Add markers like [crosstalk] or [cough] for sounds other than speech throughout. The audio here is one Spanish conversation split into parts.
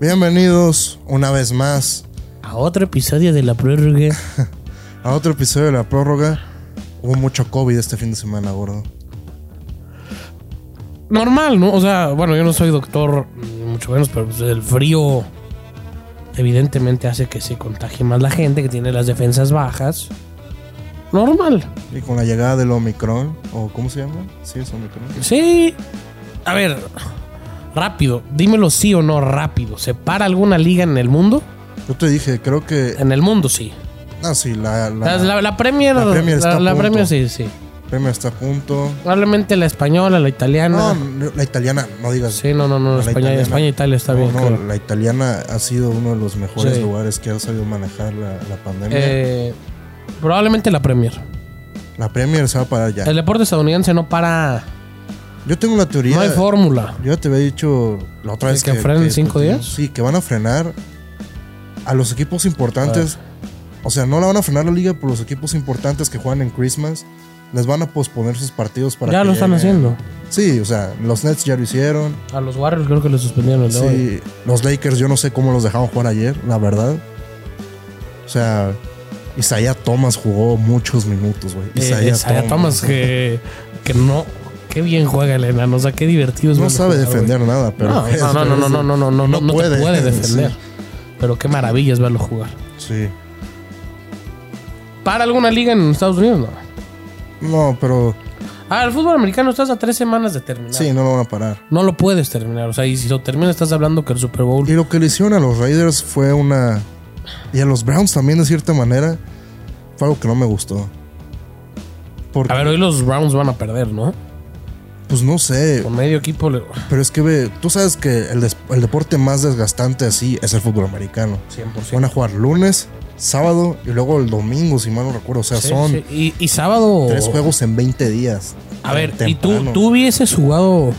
Bienvenidos una vez más A otro episodio de la prórroga. a otro episodio de la prórroga. Hubo mucho COVID este fin de semana, gordo. Normal, ¿no? O sea, bueno, yo no soy doctor, ni mucho menos, pero pues el frío evidentemente hace que se contagie más la gente que tiene las defensas bajas. Normal. Y con la llegada del Omicron, o ¿cómo se llama? Sí, es Omicron. Sí. A ver, rápido, dímelo sí o no rápido. ¿Se para alguna liga en el mundo? Yo te dije, creo que. En el mundo sí. Ah, sí, la, la, La, la- la Premier, la Premier está a la punto. Premier sí, sí. premio está a punto. Probablemente la española, la italiana. No, no, la italiana, no digas. sí, no, no, no, la la España, italiana. España, e Italia está bien. no, claro. la italiana ha sido uno de los mejores Sí. lugares que ha sabido manejar la, la pandemia. Eh, probablemente la Premier. la Premier se va a parar ya. El deporte estadounidense no para. Yo tengo una teoría. No hay fórmula. Yo te había dicho la otra ¿De vez que frenan cinco días? Sí, que van a frenar a los equipos importantes. O sea, no la van a frenar la liga por los equipos importantes que juegan en Christmas. Les van a posponer sus partidos para Ya que lo están lleguen. haciendo. Sí, o sea, los Nets ya lo hicieron. A los Warriors creo que le suspendieron el de hoy. Sí, los Lakers yo no sé cómo los dejaron jugar ayer, la verdad. O sea, Isaiah Thomas jugó muchos minutos, güey. Eh, Isaiah Thomas, que, que no. Qué bien juega el enano. O sea, qué divertido es no verlo sabe jugar, güey. defender nada, pero este No, no, no, no, no, no, no, no, no, no, No puede, te puede defender. sí. Pero qué maravilla es verlo jugar. Sí. ¿Para alguna liga en Estados Unidos? No. No, pero Ah, el fútbol americano estás a tres semanas de terminar. sí, no lo van a parar. No lo puedes terminar. O sea, y si lo terminas, estás hablando que el Super Bowl. Y lo que le hicieron a los Raiders fue una. Y a los Browns también, de cierta manera, fue algo que no me gustó. Porque, A ver, hoy los Browns van a perder, ¿no? pues no sé, Con medio equipo. le- pero es que ve, tú sabes que el, des- el deporte más desgastante así es el fútbol americano. 100%. Van a jugar lunes, sábado y luego el domingo, si mal no recuerdo. O sea, Sí, son sí. Oh. Y, y sábado. tres juegos en 20 días. A ver, y tú, Temprano. tú hubieses jugado.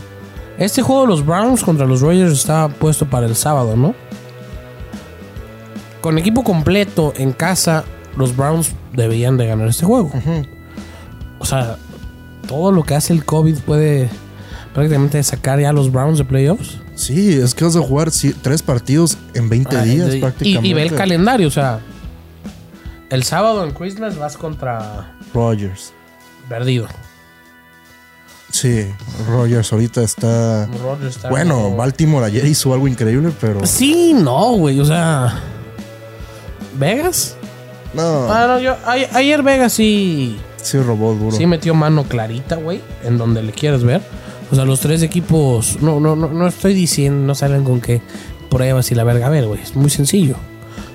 Este juego de los Browns contra los Rogers está puesto para el sábado, ¿no? Con equipo completo en casa, los Browns deberían de ganar este juego. Ujú. O sea, todo lo que hace el COVID puede prácticamente sacar ya a los Browns de playoffs. Sí, es que vas a jugar sí, tres partidos en Ah, 20 días Y- prácticamente. Y, ve el calendario, o sea. El sábado en Christmas vas contra Rogers. Perdido. Sí, Rogers ahorita está. Rodgers está- Bueno, Baltimore ayer hizo algo increíble, pero. Sí, no, güey, o sea. ¿Vegas? No, Ah, no, yo. a- ayer Vegas sí. sí robó duro. Sí metió mano clarita, güey. En donde le quieras ver. O sea, los tres equipos. No, no, no, no estoy diciendo, no salen con que pruebas y la verga. A ver, güey. Es muy sencillo.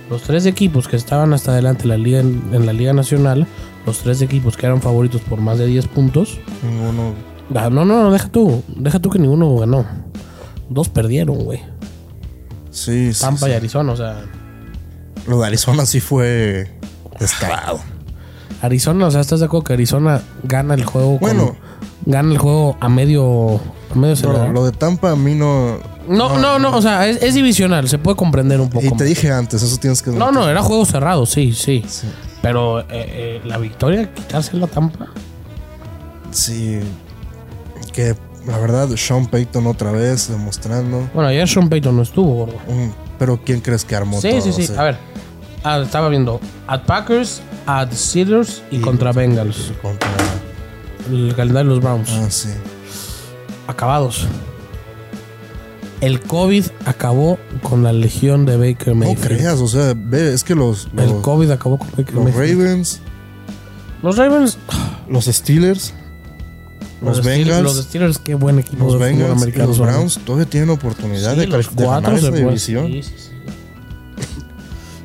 Los tres equipos que estaban hasta adelante en la Liga, en la Liga Nacional, los tres equipos que eran favoritos por más de 10 puntos. Ninguno. Ah, No, no, no, deja tú. Deja tú que ninguno ganó. Dos perdieron, güey. Sí, sí, Tampa sí. y Arizona, o sea. Lo de Arizona sí fue descarado. Arizona, o sea, ¿estás de acuerdo que Arizona gana el juego? con- Bueno. gana el juego a medio. A medio No, acelerar? lo de Tampa a mí no. no, no, no, o sea, es, es divisional, se puede comprender un poco. Y te más. dije antes, eso tienes que. No, no, era juego cerrado, sí, sí. Sí. Pero eh, eh, la victoria, quitarse la tampa. Sí. Que la verdad, Sean Payton otra vez demostrando. Bueno, ayer Sean Payton no estuvo, gordo. Mm, Pero ¿quién crees que armó Sí, todo? sí, sí, A ver, Ah, estaba viendo at Packers, at Steelers y, contra Bengals. Contra- El calendario de los Browns. Ah, sí. Acabados. El COVID acabó con la legión de Baker No Mayfield. creas, o sea, ve, es que los. El los- COVID acabó con Baker los Mayfield. Ravens, Los Ravens. los Steelers, los, Steelers- Bengals. Los Steelers, qué buen equipo Los de fútbol Bengals y americano los son. Browns todavía tienen oportunidad Sí, de, los cali- de ganar cuatro esa se pueden- división. sí, sí, sí.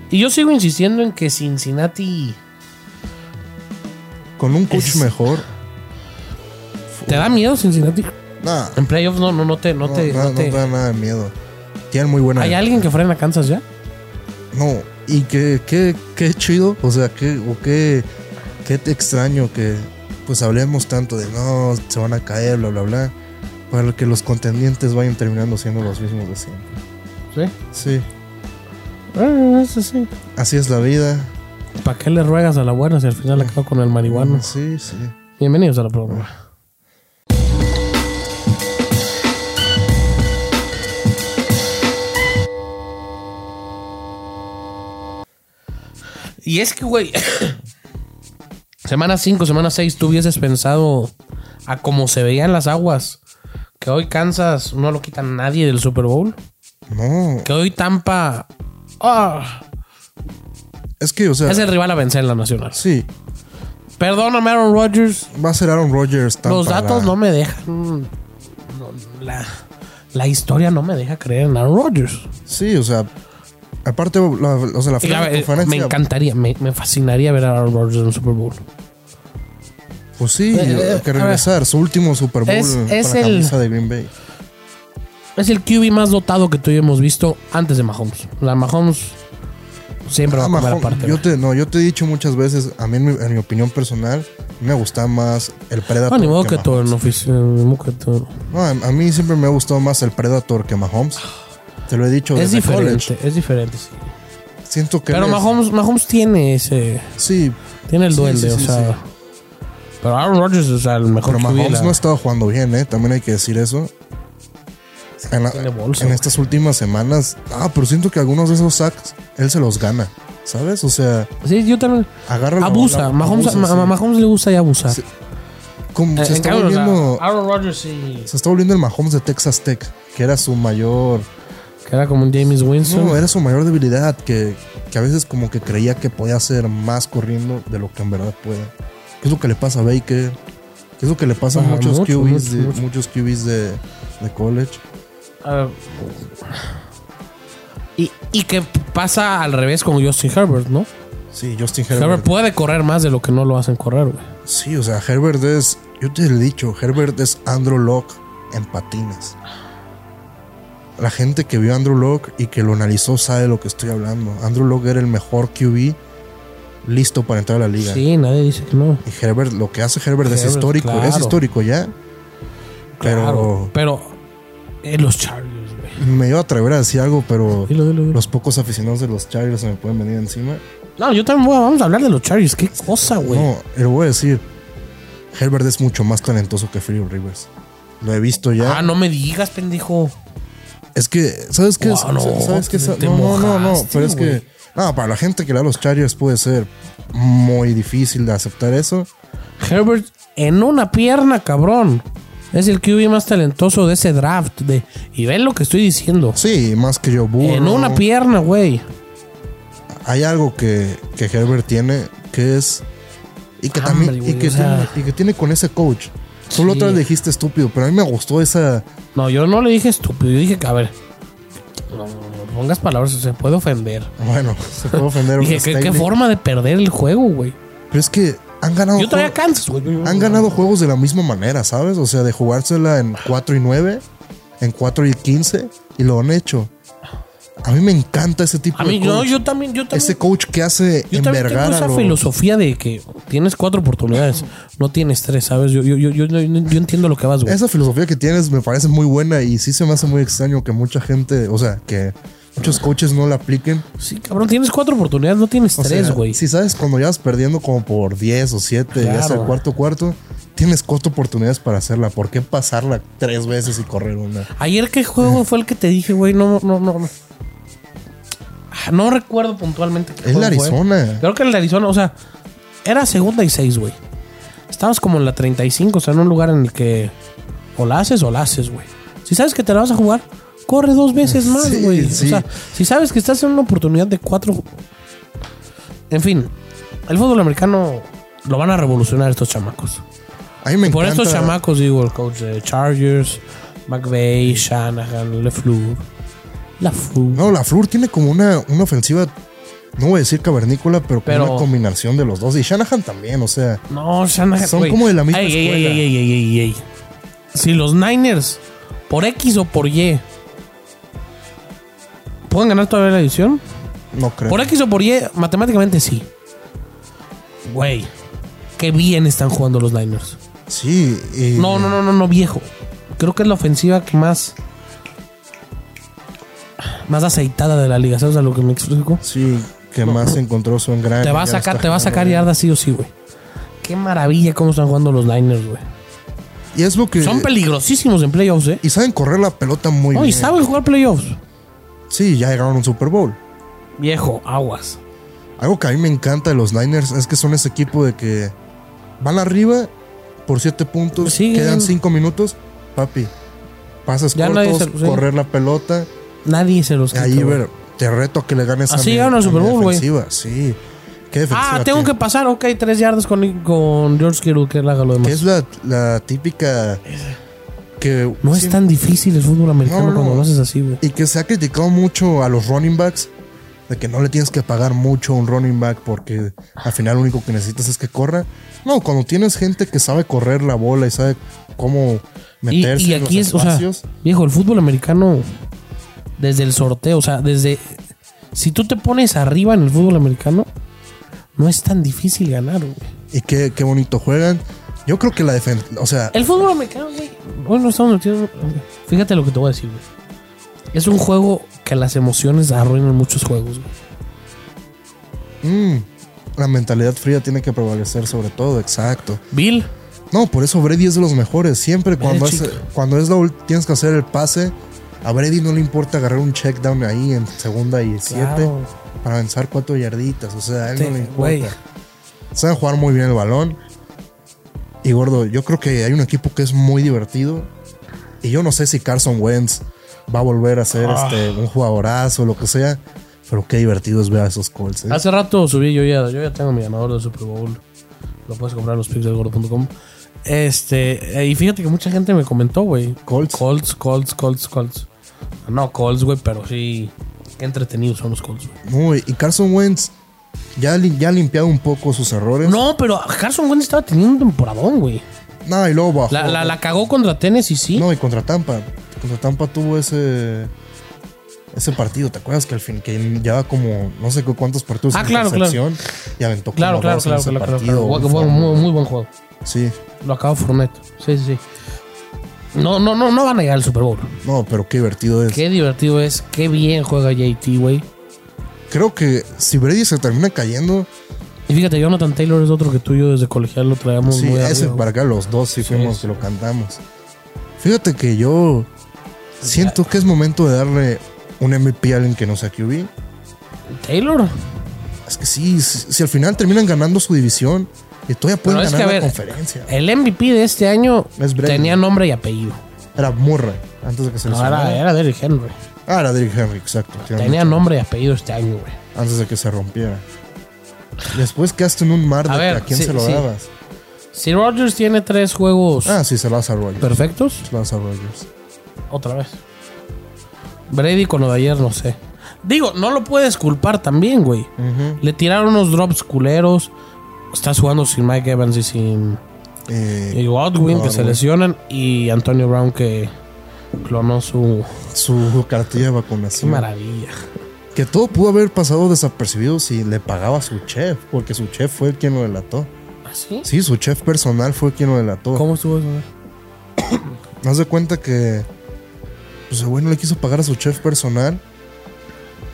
Y yo sigo insistiendo en que Cincinnati Con un coach Es- mejor. te da miedo Cincinnati. Nah, En playoffs no, no, no te, no, no, te, no- no no te- te da nada de miedo. Tienen muy buena. ¿Hay alguien que frena a Kansas ya? No, y que qué, qué chido. O sea, qué, o qué, qué te extraño que pues hablemos tanto de no, se van a caer, bla, bla, bla. Para que los contendientes vayan terminando siendo los mismos de siempre. Sí. Sí, Ah, eso sí. así es la vida. ¿Para qué le ruegas a la buena si al final acaba con el marihuana? Sí, sí. Bienvenidos a la programa. Y es que, güey, [coughs] semana 5, semana 6, tú hubieses pensado a cómo se veían las aguas. Que hoy Kansas no lo quita nadie del Super Bowl. No, Que hoy Tampa ah, es que, o sea, es el rival a vencer en la nacional. sí, Perdóname, Aaron Rodgers. va a ser Aaron Rodgers. Tampa, Los datos la- no me dejan. no, la, la historia no me deja creer en Aaron Rodgers. Sí, o sea, aparte, la, o sea, la Y final la- de conferencia, me encantaría, me, me fascinaría ver a Aaron Rodgers en el Super Bowl. Pues sí, Eh, hay que a ver. regresar. Su último Super Bowl Es- con es la el- camisa de Green Bay. Es el QB más dotado que tú y yo hemos visto antes de Mahomes. La Mahomes siempre va Ah, a comer Mahomes, aparte. yo güey. te, no, yo te he dicho muchas veces, a mí en mi, en mi opinión personal, me gusta más el Predator. No, Ah, ni modo que Mahomes. todo en oficio. ni modo que todo. No, a, a mí siempre me ha gustado más el Predator que Mahomes. Te lo he dicho Es desde diferente, college. es diferente. sí. Siento que Pero él es- Mahomes, Mahomes tiene ese. sí, Tiene el Sí, duende, sí, sí, o sea. sí. Pero Aaron Rodgers, o sea, el mejor pero QB Mahomes la- no ha estado jugando bien, eh, también hay que decir eso. En, la- tiene bolsa, en güey. estas últimas semanas, ah, pero siento que algunos de esos sacks él se los gana, ¿sabes? O sea, Sí, yo también. agarra la Abusa. bola, Mahomes, abusa, ma- sí. ma- Mahomes le gusta ya abusar. Sí. Como Eh, se en está cambio, o sea, volviendo Aaron Rodgers sí. se está volviendo el Mahomes de Texas Tech, que era su mayor Que era como un James Winston. no, eh. era su mayor debilidad, que, que a veces como que creía que podía hacer más corriendo de lo que en verdad puede. ¿Qué es lo que le pasa a Baker? ¿Qué es lo que le pasa a Ajá, muchos mucho, QBs mucho, de, mucho. muchos QBs de, de college? Ah, y, y que pasa al revés con Justin Herbert, ¿no? Sí, Justin Herbert. Herbert. puede correr más de lo que no lo hacen correr, güey. Sí, o sea, Herbert es, yo te lo he dicho, Herbert es Andrew Locke en patines. La gente que vio a Andrew Locke y que lo analizó sabe de lo que estoy hablando. Andrew Locke era el mejor QB listo para entrar a la liga. Sí, nadie dice que no. Y Herbert, lo que hace Herbert, es Herbert, histórico, es claro. histórico ya. Pero Claro, pero eh, los Chargers, güey. me iba a atrever a decir algo, pero Dilo, dilo, dilo. los pocos aficionados de los Chargers se me pueden venir encima. No, yo también voy a- vamos a hablar de los Chargers. Qué cosa, güey. No, lo voy a decir. Herbert es mucho más talentoso que Philip Rivers. Lo he visto ya. Ah, no me digas, pendejo. Es que, ¿sabes qué? es? Guau, no, ¿Sabes qué? es? te- te No, no, no, no, mojaste, pero es que. güey. No, para la gente que le da a los Chargers puede ser muy difícil de aceptar eso. Herbert en una pierna, cabrón. Es el QB más talentoso de ese draft. De, y ven lo que estoy diciendo. Sí, más que yo burro. En una pierna, güey. Hay algo que, que Herbert tiene que es. Y que Hambre, también. Y güey, que, o sea. tiene, y que tiene con ese coach. Tú la Sí. otra vez dijiste estúpido, pero a mí me gustó esa. [laughs] No, yo no le dije estúpido. Yo dije que, a ver. No, no, no, pongas palabras, se puede ofender. Bueno, se puede ofender. Dije, es ¿qué, qué técnico, forma de perder el juego, güey? Pero es que han ganado. Yo traía juegos- Kansas, güey. Han ganado juegos de la misma manera, ¿sabes? O sea, de jugársela en 4 y 9, en 4 y 15, y lo han hecho. A mí me encanta ese tipo A de mí, coach. no, yo también, yo también. ese coach que hace yo también tengo envergar a esa los- filosofía de que tienes cuatro oportunidades, no tienes tres, ¿sabes? Yo, yo, yo, yo, yo- yo entiendo lo que vas, güey. Esa filosofía que tienes me parece muy buena y sí se me hace muy extraño que mucha gente, o sea, que muchos coaches no la apliquen. Sí, cabrón, tienes cuatro oportunidades, no tienes O tres, sea, güey. Si sabes, cuando ya vas perdiendo como por 10 o 7, ya es el Claro. cuarto cuarto, tienes cuatro oportunidades para hacerla. ¿Por qué pasarla tres veces y correr una? Ayer, ¿qué juego fue el que te dije, güey? No, no, no. No, Ah, no recuerdo puntualmente. qué Es la juego fue. Arizona. Creo que el de Arizona, o sea, era segunda y seis, güey. Estabas como en la 35, o sea, en un lugar en el que o la haces o la haces, güey. Si sabes que te la vas a jugar, corre dos veces más, [laughs] Sí, güey. sí. O sea, si sabes que estás en una oportunidad de cuatro. En fin, el fútbol americano lo van a revolucionar estos chamacos. A mí me Por encanta. estos chamacos, digo, el coach de Chargers, McVay, Shanahan, LeFleur, LaFleur. No, la Flur tiene como una, una ofensiva, no voy a decir cavernícola, pero, con Pero- una combinación de los dos. Y Shanahan también, o sea, No, Shanahan. Son güey. como de la misma Ey, ey, escuela. ey, ey, ey, ey, ey. Si los Niners, por X o por Y, ¿pueden ganar todavía la edición? no creo. Por X o por Y, matemáticamente sí. Güey, qué bien están jugando los Niners. Sí, y No, no, no, no, no, viejo. Creo que es la ofensiva que más. Más aceitada de la liga. ¿Sabes a lo que me explico? sí, que más encontró su engranaje. Te va a Ah, ya sacar, está te va a sacar jugando bien. yardas sí o sí, güey. Qué maravilla cómo están jugando los Niners, güey. Y es lo que. Son peligrosísimos en playoffs, ¿eh? y saben correr la pelota muy No, bien. y saben jugar playoffs. Sí, ya llegaron a un Super Bowl. Viejo, aguas. Algo que a mí me encanta de los Niners es que son ese equipo de que van arriba por 7 puntos, Sí. quedan 5 minutos, papi. Pasas Ya nadie cortos, se- sí. correr la pelota. Nadie se los quita. Ahí, güey. ver, te reto a que le ganes Así a mi, llegaron al a Super mi Bowl, güey. defensiva. Sí. Qué defensiva Ah, tengo que tiene. pasar, ok, tres yardas con, con George Kittle, que él haga lo Que demás. es la, la típica que No es tan difícil el fútbol americano No, no. cuando lo haces así, güey. y que se ha criticado mucho a los running backs de que no le tienes que pagar mucho a un running back porque al final lo único que necesitas es que corra. No, cuando tienes gente que sabe correr la bola y sabe cómo Y, meterse y en aquí los es, o sea, espacios. viejo, el fútbol americano, desde el sorteo, o sea, desde. Si tú te pones arriba en el fútbol americano, no es tan difícil ganar, güey. y qué, qué bonito juegan. Yo creo que la defensa, o sea, El fútbol americano, güey. Hoy no estamos metidos. Fíjate lo que te voy a decir, güey. Es un juego que las emociones arruinan muchos juegos, güey. mm, la mentalidad fría tiene que prevalecer sobre todo, exacto. Bill, No, por eso Brady es de los mejores. Siempre cuando, es, Eh, chico. cuando es la ul- tienes que hacer el pase, a Brady no le importa agarrar un check down ahí en segunda y siete Claro. para avanzar cuatro yarditas. O sea, a él Sí, no le güey. importa. Sabe jugar muy bien el balón. Y gordo, yo creo que hay un equipo que es muy divertido. Y yo no sé si Carson Wentz va a volver a ser Ah. este, un jugadorazo o lo que sea. Pero qué divertido es ver a esos Colts. ¿eh? hace rato subí yo ya. Yo ya tengo mi ganador del Super Bowl. Lo puedes comprar en los pixelgordo.com. Este, eh, y fíjate que mucha gente me comentó, güey. Colts. Colts, Colts, Colts, Colts. No Colts, güey, pero sí. Qué entretenidos son los Colts, güey. Muy- y Carson Wentz ya, li- ya ha limpiado un poco sus errores. No, pero Carson Wentz estaba teniendo un temporadón, güey. No, y luego bajó. La, la, la cagó contra Tennessee, sí. No, y contra Tampa. Contra Tampa tuvo ese. Ese partido, ¿te acuerdas? Que al fin, que lleva como no sé cu- cuántos partidos Ah, claro, claro. intercepción y aventó como Claro, claro, dos en claro, ese claro, claro, partido. claro. Fue- Uf, fue un muy, muy buen juego. Sí, Lo acabó Fournette. Sí, sí, sí. No, no, no, no van a llegar al Super Bowl. no, pero qué divertido es. Qué divertido es, qué bien juega JT, güey. Creo que si Brady se termina cayendo, Y fíjate, Jonathan Taylor es otro que tú y yo desde colegial lo traíamos sí, muy ese arriba, para acá los dos sí, Sí, fuimos sí. lo cantamos. Fíjate que yo siento que es momento de darle un MVP a alguien que no sea QB. güey. ¿Taylor? Es que sí, si, si al final terminan ganando su división y todavía pueden Pero es ganar que, a la ver, conferencia. el MVP de este año Es Brady. tenía nombre y apellido. Era Murray, antes de que se No, lesionara. era, era Derrick Henry. Ah, era Derrick Henry, exacto. tiene Tenía mucho- nombre y apellido este año, güey. Antes de que se rompiera. Después quedaste en un mar de que A a, ver, quién sí, se lo sí. dabas. Si Rodgers tiene tres juegos Ah, sí, se lo das a Rodgers. perfectos, Se lo das a Rodgers. Otra vez. Brady con lo de ayer, no sé. Digo, no lo puedes culpar también, güey. Ujú. Le tiraron unos drops culeros. Estás jugando sin Mike Evans y sin Eh, y Godwin, que se Godwin. lesionan. Y Antonio Brown, que clonó su... su cartilla de Qué vacunación. maravilla. que todo pudo haber pasado desapercibido si le pagaba a su chef, porque su chef fue quien lo delató. ¿Así? Sí, su chef personal fue quien lo delató. ¿Cómo estuvo eso? Haz de cuenta que. Pues el güey no le quiso pagar a su chef personal.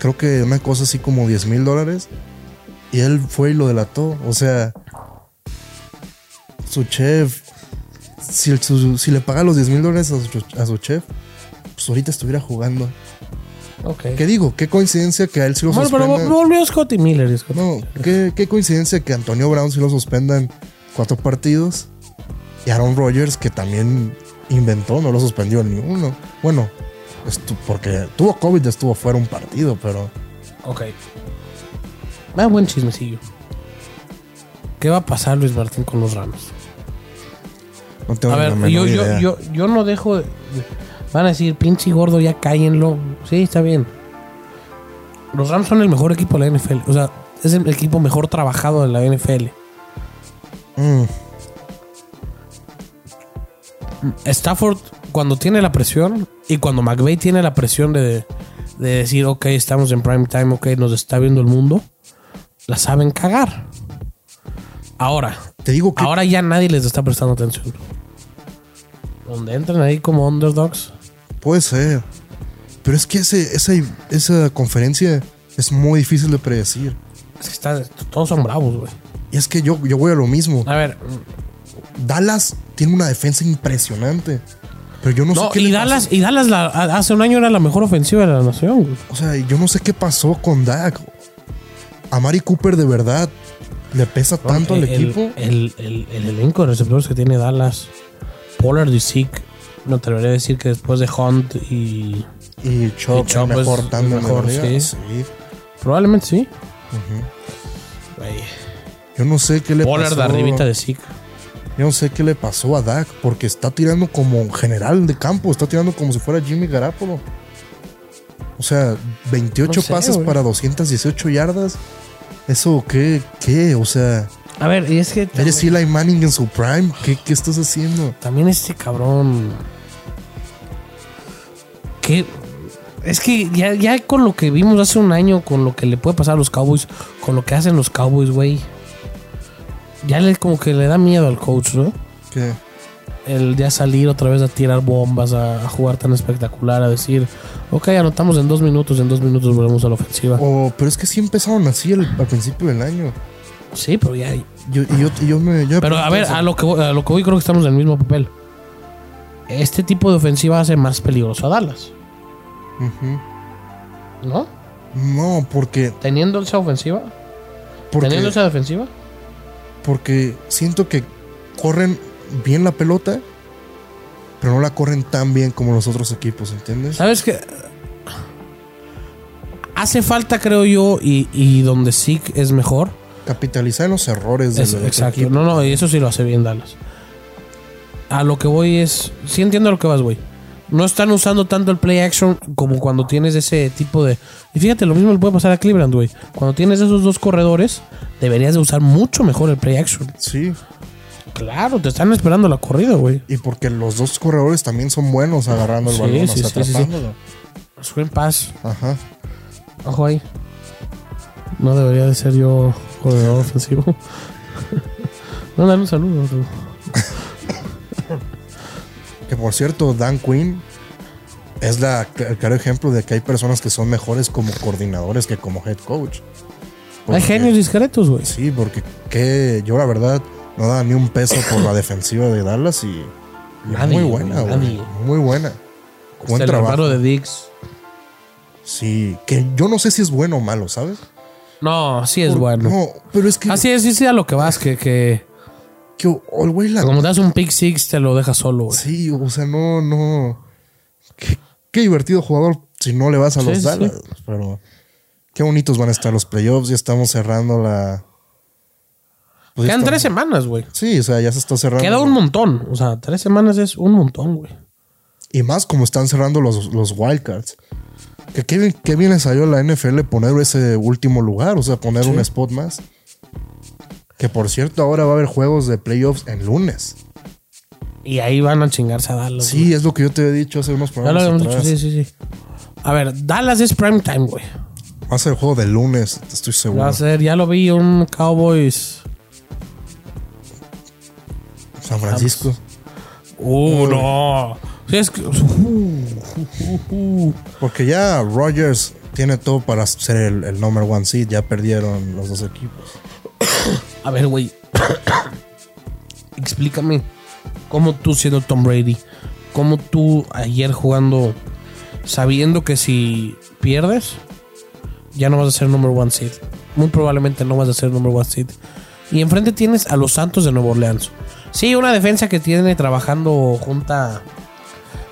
Creo que una cosa así como 10 mil dólares. Y él fue y lo delató. O sea. Su chef. Si, el- su- si le paga los 10 mil dólares a su, a su chef, pues ahorita estuviera jugando. Ok. ¿Qué digo? ¿Qué coincidencia que a él sí lo Bueno, pero suspendan? vol- volvió Scotty Miller. y Scotty- No, ¿qué, qué coincidencia que Antonio Brown sí lo suspendan cuatro partidos y Aaron Rodgers que también inventó, no lo suspendió ni uno. Bueno, estu- porque tuvo COVID, estuvo fuera un partido, pero Ok. Ah, buen chismecillo. ¿Qué va a pasar Luis Martín con los Rams? no tengo A ni la ver, yo, menor yo, idea. yo, yo no dejo. de- Van a decir, pinche gordo, ya cállenlo. Sí, está bien. Los Rams son el mejor equipo de la NFL. O sea, es el equipo mejor trabajado de la NFL. Mm, Stafford, cuando tiene la presión y cuando McVay tiene la presión de, de decir, ok, estamos en prime time, ok, nos está viendo el mundo, la saben cagar. Ahora, te digo que ahora ya nadie les está prestando atención. Donde entran ahí como underdogs. puede ser, pero es que ese, esa, esa conferencia es muy difícil de predecir. Es que está- todos son bravos, güey. Y es que yo, yo voy a lo mismo. A ver, Dallas tiene una defensa impresionante, pero yo no, sé no, qué y le pasó. Dallas, y Dallas la- a- hace un año era la mejor ofensiva de la nación, güey. O sea, yo no sé qué pasó con Dak. a Mari Cooper de verdad le pesa tanto al Eh, el, equipo. El, el- el elenco de receptores que tiene Dallas, Pollard y Zeke, me atrevería a decir que después de Hunt y. Y Chop, Y Chop el mejor es tándem de la mejor, liga. sí. Sí. Probablemente sí. Yo no sé qué le Pollard pasó. arribita de Zeke. Yo no sé qué le pasó a Dak, porque está tirando como general de campo, está tirando como si fuera Jimmy Garapolo. O sea, 28 No sé, pases güey. para 218 yardas. ¿Eso qué? ¿Qué? O sea, A ver, y es que. eres Eli Manning en su prime. ¿Qué, qué estás haciendo? También este cabrón. Que. Es que ya, ya con lo que vimos hace un año, con lo que le puede pasar a los Cowboys, con lo que hacen los Cowboys, güey. Ya le, como que le da miedo al coach, ¿no? ¿Qué? El ya salir otra vez a tirar bombas, a, a jugar tan espectacular, a decir, ok, anotamos en dos minutos, en dos minutos volvemos a la ofensiva. Oh, pero es que sí empezaron así al- al principio del año. Sí, pero ya. Yo, y yo, y yo me. yo me Pero a ver, pregunto, a lo, que voy, a lo que voy creo que estamos en el mismo papel. Este tipo de ofensiva hace más peligroso a Dallas, ujú. ¿no? No, porque. teniendo esa ofensiva, teniendo Porque, esa defensiva, porque siento que corren bien la pelota, pero no la corren tan bien como los otros equipos, ¿entiendes? sabes que hace falta, creo yo, y, y donde sí es mejor. Capitalizar en los errores del es- otro exacto. equipo. No, no, y eso sí lo hace bien Dallas. A lo que voy es, sí entiendo a lo que vas, güey. No están usando tanto el play action como cuando tienes ese tipo de. Y fíjate, lo mismo le puede pasar a Cleveland, güey. Cuando tienes esos dos corredores, deberías de usar mucho mejor el play action. Sí, Claro, te están esperando la corrida, güey. y porque los dos corredores también son buenos agarrando el Sí, balón, o sí, sea, sí, sí, sí. atrapándolo. Screen pass, Ajá. Ojo ahí. No debería de ser yo jugador ofensivo. [laughs] No, dale un saludo. tú. Que por cierto, Dan Quinn es la, el claro ejemplo de que hay personas que son mejores como coordinadores que como head coach. Hay Porque- genios discretos, güey. Sí, porque que yo la verdad no daba ni un peso por la defensiva de Dallas y, y Nadie, muy buena, güey, güey. nadie. Muy buena. Buen Hasta el trabajo. hermano de Dix. Sí, que yo no sé si es bueno o malo, ¿sabes? No, sí es Por- bueno. No, pero es que, Así es, sí, sí, a lo que vas, que, que que o el güey la como das un pick six, te lo dejas solo, güey. Sí, o sea, no, no. Qué, qué divertido jugador si no le vas a Sí, los sí, Dallas. Pero qué bonitos van a estar los playoffs. Ya estamos cerrando la. pues ya Quedan estamos- tres semanas, güey. Sí, o sea, ya se está cerrando. Queda un montón. O sea, tres semanas es un montón, güey. Y más como están cerrando los, los wildcards. Que qué bien, qué bien les salió a la NFL poner ese último lugar, o sea, poner un spot más. Que por cierto, ahora va a haber juegos de playoffs en lunes. Y ahí van a chingarse a Dallas. güey. Sí, es lo que yo te he dicho hace unos ya lo programas. habíamos atrás. dicho, sí, sí, sí. A ver, Dallas es prime time, güey. Va a ser el juego de lunes, estoy seguro. Va a ser, ya lo vi, un Cowboys. San Francisco. Uh, no. Sí, es que- uh, Porque ya Rogers tiene todo para ser el, el number one seed. Ya perdieron los dos equipos. A ver, güey. [coughs] Explícame cómo tú siendo Tom Brady, cómo tú ayer jugando, sabiendo que si pierdes, ya no vas a ser number one seed. Muy probablemente no vas a ser number one seed. Y enfrente tienes a los Santos de Nueva Orleans. Sí, una defensa que tiene trabajando junta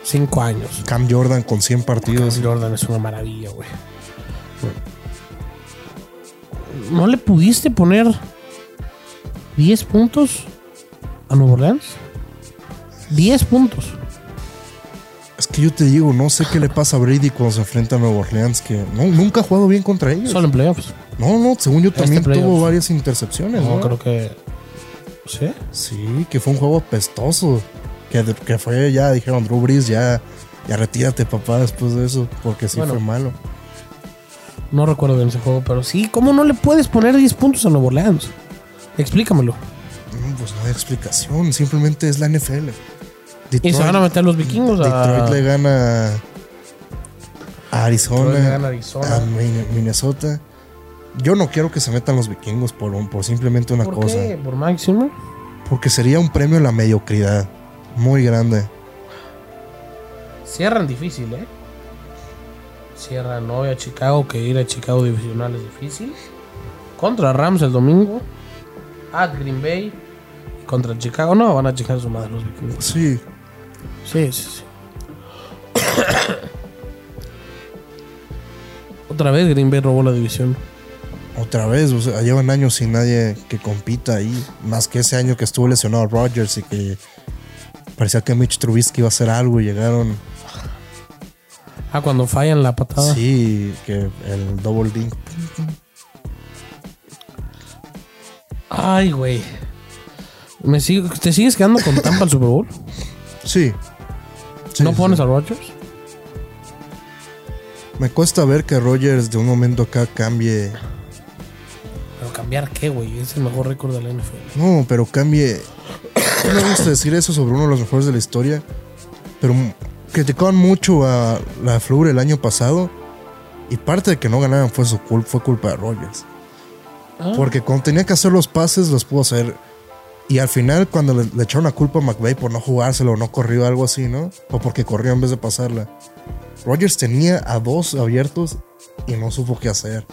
cinco años. Cam Jordan con 100 partidos. Jordan es una maravilla, güey. ¿No le pudiste poner 10 puntos a Nueva Orleans? 10 puntos. Es que yo te digo, no sé qué le pasa a Brady cuando se enfrenta a Nueva Orleans. Que no, nunca ha jugado bien contra ellos. Solo en playoffs. No, no, según yo también este playoff. tuvo varias intercepciones. No, ¿no? creo que. ¿Sí? Sí, que fue un juego apestoso. Que, de- que fue, ya dijeron, Drew Brees, ya, ya retírate, papá, después de eso. Porque sí Bueno. fue malo. No recuerdo bien ese juego, pero sí. ¿Cómo no le puedes poner 10 puntos a Nueva Orleans? Explícamelo. No, pues no hay explicación. Simplemente es la NFL. Y se van a meter los vikingos a. Detroit le gana a Arizona, Detroit le gana a Arizona. a Min- Minnesota. Yo no quiero que se metan los vikingos por, un- por simplemente una ¿Por cosa. qué? ¿Por máximo? Porque sería un premio a la mediocridad. Muy grande. Cierran difícil, ¿eh? Cierran hoy a Chicago, que ir a Chicago divisional es difícil. contra Rams el domingo, at Green Bay, contra Chicago. No, van a checar su madre los vikingos. Sí, Sí, sí, sí. [coughs] Otra vez Green Bay robó la división. otra vez, o sea, llevan años sin nadie que compita ahí, más que ese año que estuvo lesionado Rodgers y que parecía que Mitch Trubisky iba a hacer algo y llegaron, Ah, cuando fallan la patada. sí, que el double D. Ay, güey. Me sigo- ¿Te sigues quedando con Tampa al Super Bowl? Sí. Sí, ¿No sí. pones a Rodgers? Me cuesta ver que Rodgers de un momento acá cambie Pero cambiar qué, güey. Es el mejor récord de la NFL. No, pero cambie. No me gusta decir eso sobre uno de los mejores de la historia. Pero m- criticaban mucho a la Fleur el año pasado. Y parte de que no ganaban fue, su cul- fue culpa de Rogers. Ah. Porque cuando tenía que hacer los pases, los pudo hacer. Y al final, cuando le, le echaron la culpa a McVay por no jugárselo o no corrió algo así, ¿no? O porque corrió en vez de pasarla. Rogers tenía a dos abiertos y no supo qué hacer.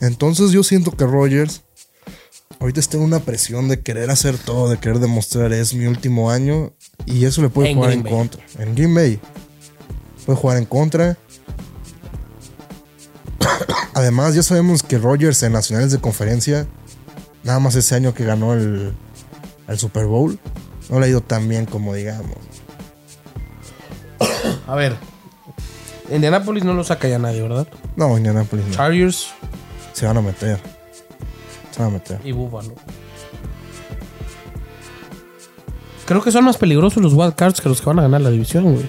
Entonces yo siento que Rogers ahorita está en una presión de querer hacer todo, de querer demostrar es mi último año y eso le puede En jugar Green en Bay. contra. En Green Bay puede jugar en contra. [coughs] Además ya sabemos que Rogers en nacionales de conferencia, nada más ese año que ganó el, el Super Bowl, no le ha ido tan bien como digamos. A ver. Indianapolis no lo saca ya nadie, ¿verdad? No, Indianapolis no. Chargers Se van a meter. Se van a meter. y Buffalo. Creo que son más peligrosos los Wildcards que los que van a ganar la división, güey.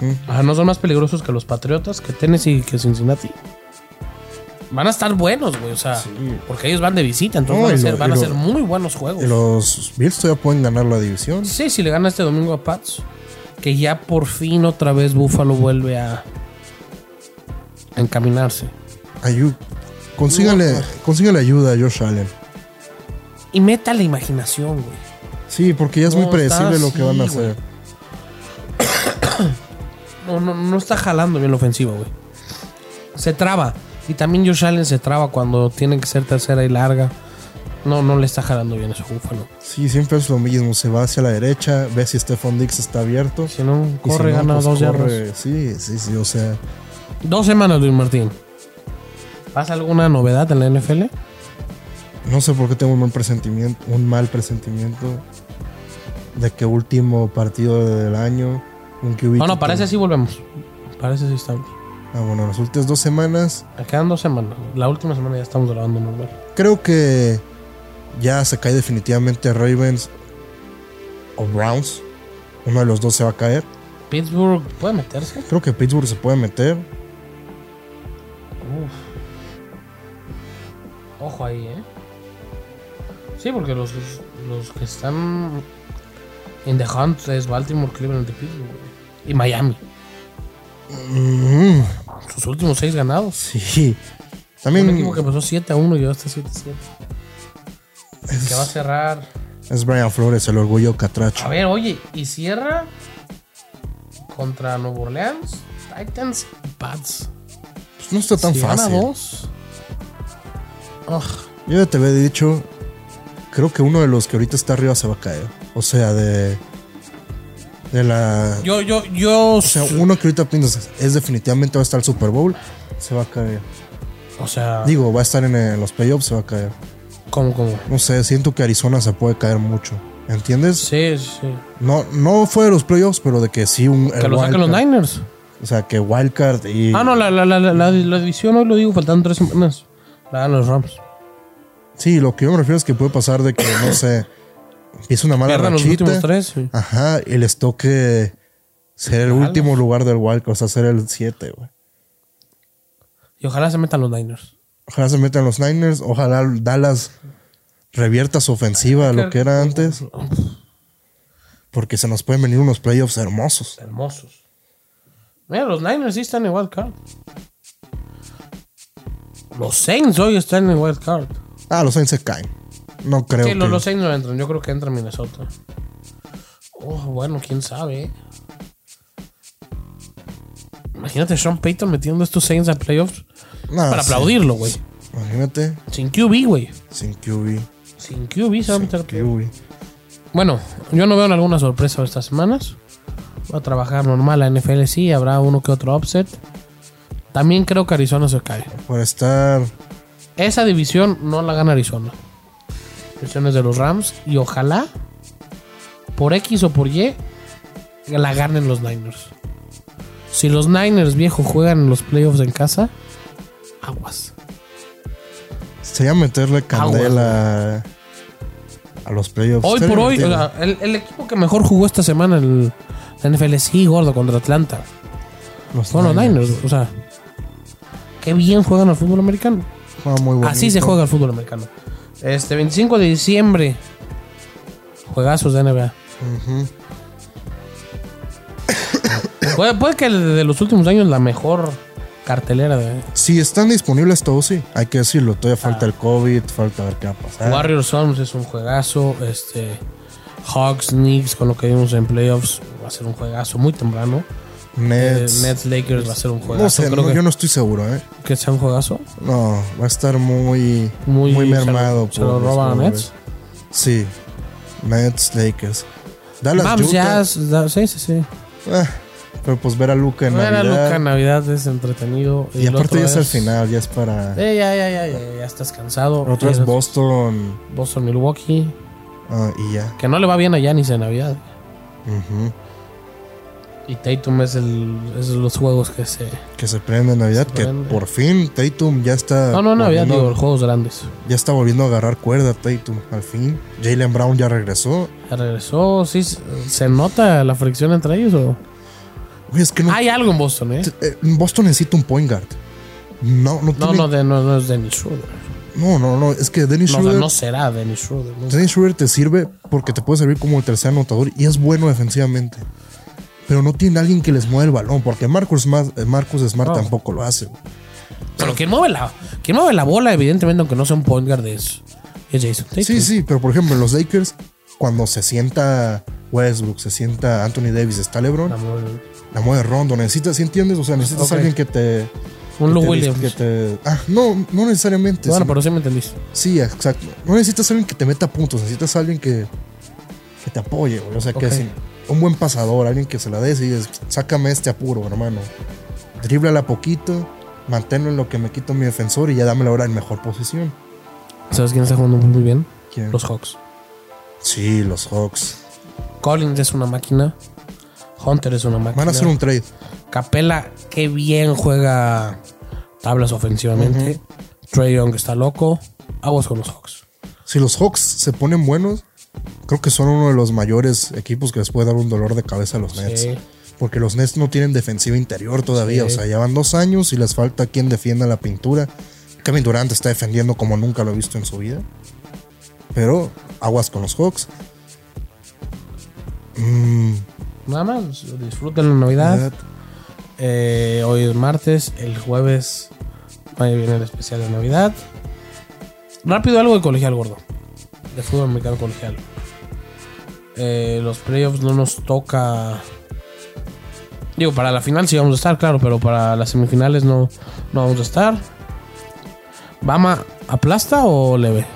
Mm. Ajá, no son más peligrosos que los Patriotas, que Tennessee y que Cincinnati. Van a estar buenos, güey, o sea, porque ellos van de visita, entonces No, van, a y ser, lo- van y a lo- ser muy buenos juegos. Y los Bills todavía pueden ganar la división. Sí, si le gana este domingo a Pats, que ya por fin otra vez Buffalo vuelve a a encaminarse. Ayu, consígale, consígale ayuda a Josh Allen. Y meta la imaginación, güey. Sí, porque ya es No, muy predecible está lo que van a así, güey. hacer. No, no, no está jalando bien la ofensiva, güey. Se traba. Y también Josh Allen se traba cuando tiene que ser tercera y larga. No, no le está jalando bien ese búfalo. Sí, siempre es lo mismo. Se va hacia la derecha, ve si Stephon Dix está abierto. Si no, y si corre, no, gana pues dos corre. yardas. Sí, sí, sí. O sea, Dos semanas, Luis Martín. ¿Pasa alguna novedad en la NFL? no sé por qué tengo un mal presentimiento, un mal presentimiento de que último partido del año. Un QB No, no, que- parece así volvemos. Parece así estamos. Ah, bueno, las últimas dos semanas Quedan dos semanas. La última semana ya estamos grabando normal. creo que ya se cae definitivamente Ravens o Browns. Uno de los dos se va a caer. Pittsburgh puede meterse. Creo que Pittsburgh se puede meter. Uf. Ojo ahí, ¿eh? Sí, porque los, los que están en The Hunt es Baltimore, Cleveland y Pittsburgh. güey. Y Miami. Mm, [laughs] Sus últimos seis ganados. sí. Un También equipo que empezó 7 a 1 y ahora está 7 a 7. Que va a es, cerrar. es Brian Flores, el orgullo catracho. A ver, oye, y cierra contra Nuevo Orleans, Titans y Pats. Pues no está tan Si gana fácil. dos. Ah, Ugh. Yo ya te había dicho, creo que uno de los que ahorita está arriba se va a caer. O sea, de. De la. Yo, yo, yo. O sea, uno que ahorita piensas es definitivamente va a estar el Super Bowl, se va a caer. o sea Digo, va a estar en, eh, los playoffs, se va a caer. ¿cómo, cómo? No sé, siento que Arizona se puede caer mucho. ¿Entiendes? Sí, sí. No, no fue de los playoffs, pero de que sí un. Que el lo saquen los wildcard. Niners. O sea, que Wildcard y. Ah, no, la, la, la, la, la- la división hoy lo digo, faltan tres semanas. La dan los Rams. Sí, lo que yo me refiero es que puede pasar de que, [coughs] no sé, empieza una mala Pierdan los rachita. últimos tres. sí. Ajá, y les toque ser el último lugar del Wildcard, o sea, ser el 7, güey. Y ojalá se metan los Niners. Ojalá se metan los Niners, ojalá Dallas revierta su ofensiva a lo que era antes. Porque se nos pueden venir unos playoffs hermosos. Hermosos. Mira, los Niners sí están en wild card. Los Saints hoy están en wild card. Ah, los Saints se caen. No creo Sí, que... los, los Saints no entran. Yo creo que entra Minnesota. Oh, bueno, quién sabe. eh. Imagínate Sean Payton metiendo estos Saints a playoffs Nah, para Ah, sí. aplaudirlo, güey. Imagínate, Sin QB, güey. sin QB. Sin QB se va a Sin meter. QB. Bueno, yo no veo alguna sorpresa estas semanas. Va a trabajar normal la NFL, sí. Habrá uno que otro upset. También creo que Arizona se cae. Para estar. Esa división no la gana Arizona. Divisiones de los Rams. Y ojalá, por X o por Y, la ganen los Niners. Si los Niners, viejo, juegan en los playoffs en casa, aguas. Sería meterle candela a los playoffs. Hoy Estaría por hoy, o divertido. sea, el, el equipo que mejor jugó esta semana en la NFL, sí, gordo, contra Atlanta. los Son los Niners, o sea. Qué bien juegan al fútbol americano. Juega muy Así bonito. se juega el fútbol americano. Este 25 de diciembre. Juegazos de NBA. Ujú. [coughs] Puede, puede que de los últimos años la mejor cartelera de Si están disponibles todos, sí. Hay que decirlo. Todavía Ah. falta el COVID, falta ver qué va a pasar. Warriors Suns es un juegazo. Este Hawks, Knicks, con lo que vimos en playoffs, va a ser un juegazo muy temprano. Eh, Nets. Nets, Lakers va a ser un juegazo. no sé, Creo no, que, yo no estoy seguro, ¿eh? que sea un juegazo. No, va a estar muy, muy, Muy, mermado. Se lo, se lo por los roban a jugadores. Nets. Sí. Nets, Lakers. Dallas, Vamos, Utah. Ah, pues ya. Sí, sí, sí. Ah, pero pues ver a Luca en Ver a Navidad. Luca en Navidad es entretenido. Y el otro aparte ya es al final, ya es para... Eh, ya, ya, ya, ya, ya estás cansado. Otra Eh, es Boston Boston, Milwaukee. ah, y ya. Que no le va bien a Yanis en Navidad. Ujú. Y Tatum es, el, es de los juegos que se. Que se prende Navidad, Se que prende. por fin Tatum ya está... No, no, Navidad, volviendo- digo, los juegos grandes. Ya está volviendo a agarrar cuerda Tatum, al fin. Jalen Brown ya regresó. Ya regresó, sí. se- ¿Se nota la fricción entre ellos o.? Oye, es que no... Hay algo en Boston, ¿eh? eh, Boston necesita un point guard. No, no No, tiene... no, de, no, no es Dennis Schroeder. No, no, no, Es que Dennis No, o sea, Schroeder... no será Dennis Schroeder. ¿no? Dennis Schroeder te sirve porque te puede servir como el tercer anotador y es bueno defensivamente. Pero no tiene alguien que les mueva el balón, porque Marcus, Ma- eh, Marcus Smart No. tampoco lo hace. Pero quien mueve, la, quien mueve la bola, evidentemente, aunque no sea un point guard, es, es Jason Tatum. Sí, sí, pero por ejemplo, en los Lakers, cuando se sienta Westbrook, se sienta Anthony Davis, está LeBron, La mueve- la mueve Rondo. Necesitas, ¿sí entiendes? O sea, necesitas Ok. alguien que te. Un que Lou te- Williams. que te- ah, no, no necesariamente. Bueno, sino- pero sí me entendiste. Sí, exacto. No necesitas alguien que te meta puntos, necesitas alguien que, que te apoye, güey. O sea, que Ok. es un buen pasador, alguien que se la des y dices, sácame este apuro, hermano. Dríblala poquito, manténlo en lo que me quito mi defensor y ya dámelo ahora en mejor posición. ¿Sabes quién está jugando muy bien? ¿Quién? Los Hawks. Sí, los Hawks. Collins es una máquina. Hunter es una máquina. Van a hacer un trade. Capela, qué bien juega tablas ofensivamente. Trey Young está loco. Aguas con los Hawks. Si los Hawks se ponen buenos, creo que son uno de los mayores equipos que les puede dar un dolor de cabeza a los Nets. Sí. Porque los Nets no tienen defensiva interior todavía. Sí. O sea, ya van dos años y les falta quien defienda la pintura. Kevin Durant está defendiendo como nunca lo he visto en su vida. Pero aguas con los Hawks. Mm, Nada más, disfruten la Navidad. Eh, hoy es martes, el jueves ahí viene el especial de Navidad. Rápido algo de colegial, gordo. De fútbol americano colegial. Eh, los playoffs no nos toca. Digo, para la final sí vamos a estar, claro, pero para las semifinales no, no vamos a estar. ¿Bama aplasta o leve?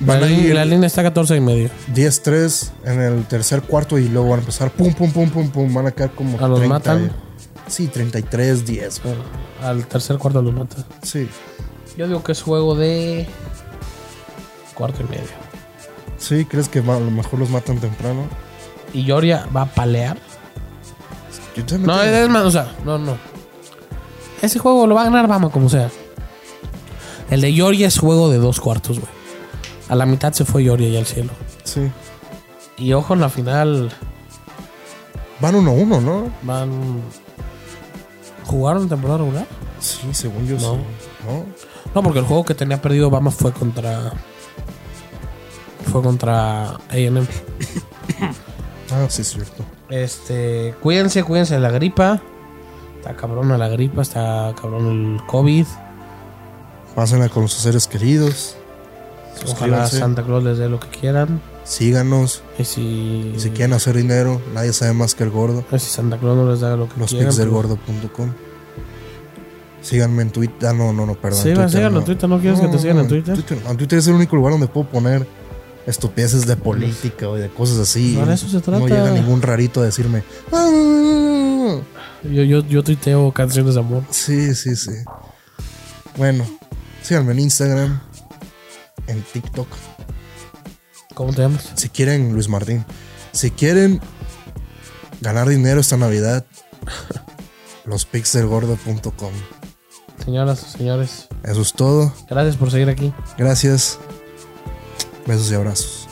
Van la, a li- ir la línea está 14 y medio. 10-3 en el tercer cuarto y luego van a empezar pum, pum, pum, pum, pum. Van a quedar como ¿A los matan? Sí, 33-10. güey. Al tercer cuarto lo mata. Sí, Yo digo que es juego de cuarto y medio. sí, ¿crees que va- a lo mejor los matan temprano? ¿Y Georgia va a palear? Yo también No, eh, tengo- es más, o sea, no, no. Ese juego lo va a ganar Bama como sea. El de Georgia es juego de dos cuartos, güey. A la mitad se fue Georgia ya al cielo. Sí. Y ojo, en la final Van 1-1, ¿no? van... ¿Jugaron temporada regular? Sí, según yo No. sí. ¿No? No, porque el juego que tenía perdido Bama fue contra... Fue contra A&M. Ah, sí, es cierto. Este, cuídense, cuídense de la gripa. Está cabrona la gripa, está cabrón el COVID. Pásenla con sus seres queridos. Pues Ojalá Suscríbanse. Santa Claus les dé lo que quieran. Síganos. Y si, Y Si quieren hacer dinero, nadie sabe más que el gordo. y si Santa Claus no les da lo que pues, Los quieran. pics del pues, gordo.com. Síganme en Twitter. Ah, no, no, no, perdón. Sí, va, síganlo en Twitter, ¿no quieres que te sigan en no, Twitter? no, en Twitter es el único lugar donde puedo poner estupideces de política o de cosas así. Para eso se trata. No llega ningún rarito a decirme. "Ah". Yo, yo, yo tuiteo canciones de amor. Sí, sí, sí. Bueno, síganme en Instagram, en TikTok. ¿Cómo te llamas? Si quieren, Luis Martín, si quieren ganar dinero esta Navidad, [laughs] lospixelgordo.com. Señoras, señores, Eso es todo. gracias por seguir aquí. Gracias. Besos y abrazos.